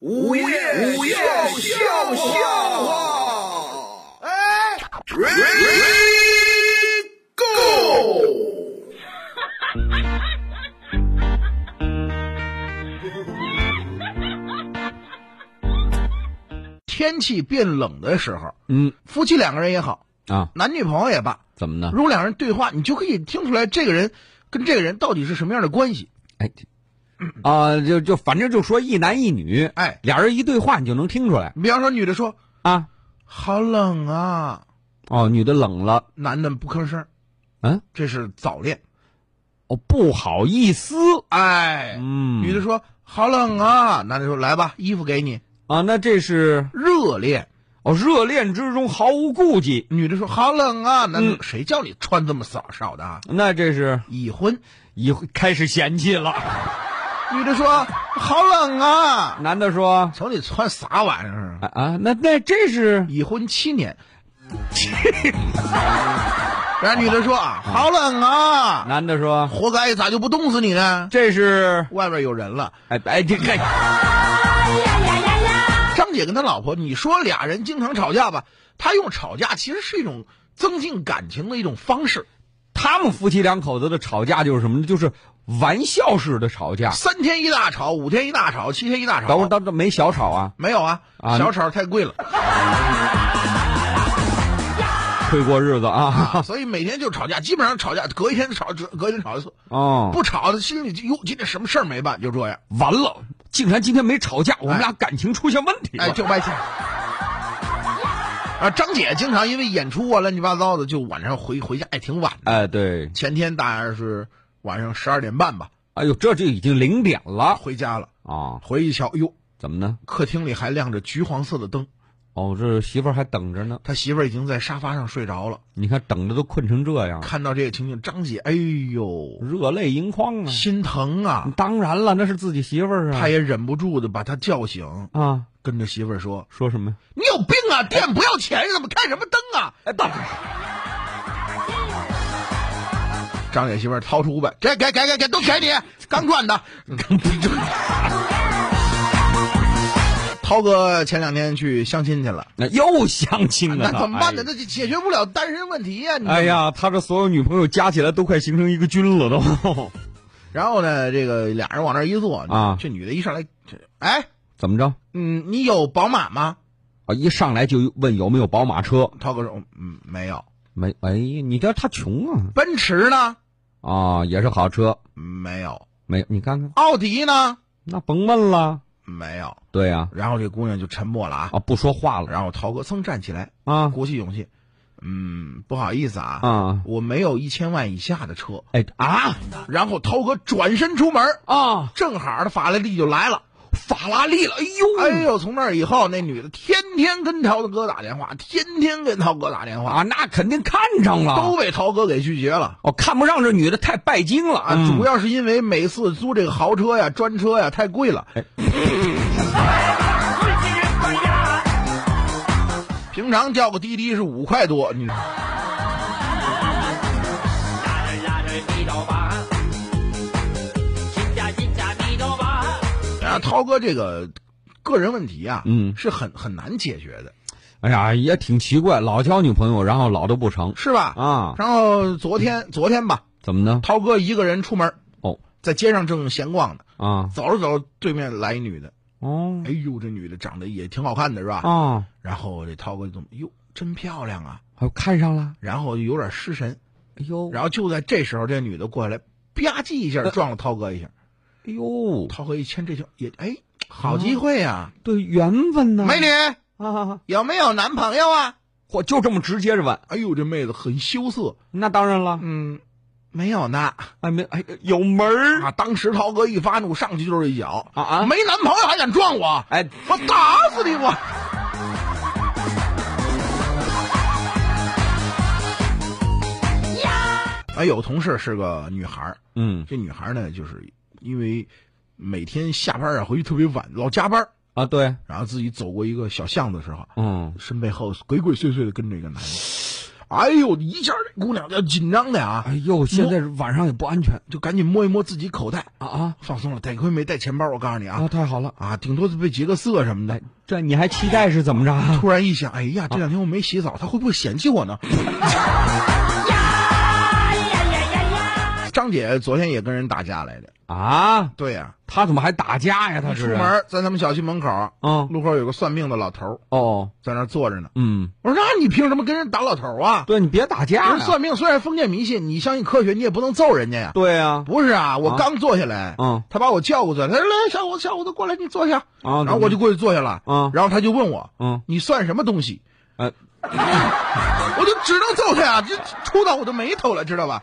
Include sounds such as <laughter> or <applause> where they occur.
午夜午夜笑笑话，哎，Ready Go！天气变冷的时候，嗯夫妻两个人也好，啊，男女朋友也罢，怎么呢？如果两人对话，你就可以听出来这个人跟这个人到底是什么样的关系。哎，啊，就就反正就说一男一女，哎俩人一对话你就能听出来比方说，女的说啊。 “好冷啊哦，女的冷了，”，男的不吭声，嗯，这是早恋。哦，不好意思，哎，嗯，女的说“好冷啊”，男的说“来吧，衣服给你啊，那这是”。热恋，哦，热恋之中毫无顾忌，女的说“好冷啊”，男的说嗯谁叫你穿这么少少的啊？那这是已婚，一开始嫌弃了。女的说“好冷啊男的说”，瞅你穿啥玩意儿啊？啊啊，那那这是已婚七年。 <laughs> 然后女的说啊，好冷啊，男的说活该，咋就不冻死你呢？这是外边有人了。哎哎这这张姐跟他老婆，你说俩人经常吵架吧？他用吵架其实是一种增进感情的一种方式。他们夫妻两口子的吵架就是什么呢？就是玩笑式的吵架。三天一大吵，五天一大吵，七天一大等会儿吵。等会儿没小吵啊，没有啊，啊小吵太贵了，会过日子啊。所以每天就吵架，基本上吵架，隔一天吵，隔一天吵一次。哦，不吵，他心里就哟，今天什么事儿没办，就这样。完了，竟然今天没吵架，我们俩感情出现问题了。哎，就白天。啊，张姐经常因为演出啊，乱七八糟的，就晚上回回家也挺晚的。哎，对，前天大概是晚上十二点半吧，哎呦，这就已经零点了回家了。啊？回一瞧，哟，怎么呢？客厅里还亮着橘黄色的灯，哦，这媳妇儿还等着呢。他媳妇儿已经在沙发上睡着了。你看，等着都困成这样，看到这个情景，张姐，哎呦，热泪盈眶啊！心疼啊！当然了，那是自己媳妇儿啊。他也忍不住的把她叫醒，啊，跟着媳妇儿说说什么呀？：“你有病啊！店不要钱，怎么开什么灯啊哎，等，？”张姐媳妇儿掏出五百，给给给给给，都给你，刚赚的。 <laughs> 涛哥前两天去相亲去了，那又相亲了，那怎么办呢？哎那就解决不了单身问题呀、你知道吗哎，呀，他这所有女朋友加起来都快形成一个军了都。 <laughs> 然后呢，这个俩人往那儿一坐啊这女的一上来，这哎，怎么着？嗯，你有宝马吗？啊，一上来就问有没有宝马车？涛哥说，嗯，没有。没，哎呀，你这他穷啊奔驰呢？啊，也是好车，没有。没，你看看，奥迪呢？那甭问了。没有。对呀、然后这姑娘就沉默了啊。啊，不说话了然后涛哥噌站起来，啊鼓起勇气，嗯，不好意思啊，啊，我没有一千万以下的车。哎啊然后涛哥转身出门，啊，正好的法拉利就来了。法拉利了，哎呦，哎呦，从那以后，那女的天天跟涛哥打电话，天天跟涛哥打电话，啊，那肯定看上都了，被涛哥给拒绝了。哦，看不上这女的太拜金了啊，主要是因为每次租这个豪车呀、专车呀太贵了。哎 <laughs> 平常叫个滴滴是五块多，你知道吗啊，涛哥这个个人问题啊，嗯是很很难解决的，哎呀，也挺奇怪，老交女朋友，然后老都不成是吧？啊？然后昨天昨天吧，怎么呢？涛哥一个人出门，哦在街上正闲逛呢，啊走着走着，对面来一女的，哦哎呦，这女的长得也挺好看的，是吧？啊，然后这涛哥就这么，哟，真漂亮啊！还看上了，然后就有点失神，哎呦，然后就在这时候，这女的过来，吧唧一下撞了涛哥一下，哎呦，涛哥一牵这就也哎，好机会呀、对缘分呢、美女啊，有没有男朋友啊？我就这么直接着问，哎呦，这妹子很羞涩，那当然了，嗯，没有呢。哎没哎有门儿啊，当时涛哥一发怒，上去就是一脚，啊啊，没男朋友还敢撞我，哎我打死你我！哎，有同事是个女孩儿，嗯这女孩儿呢，就是因为每天下班啊回去特别晚，老加班儿，啊对，然后自己走过一个小巷子的时候，嗯身背后鬼鬼祟祟的跟着一个男的，哎呦，一下这姑娘要紧张的啊，哎呦，现在晚上也不安全就赶紧摸一摸自己口袋，啊啊放松了。得亏没带钱包，我告诉你啊啊！太好了，啊，顶多是被劫个色什么的哎。，这你还期待是怎么着啊？突然一想，哎呀，这两天我没洗澡，他会不会嫌弃我呢？张姐昨天也跟人打架来的。啊，对呀、他怎么还打架呀？他是出门在他们小区门口，啊？路口有个算命的老头儿哦，在那儿坐着呢。嗯，我说：“那你凭什么跟人打老头儿啊？对你别打架人呀。算命虽然封建迷信，你相信科学，你也不能揍人家呀。对呀，不是啊，我啊刚坐下来，嗯他把我叫过去，他说：“来，小伙子，小伙子，过来，你坐下。”啊，然后我就过去坐下了。啊然后他就问我嗯：“你算什么东西？”呃，我就只能揍他呀，这戳到我的眉头了，知道吧？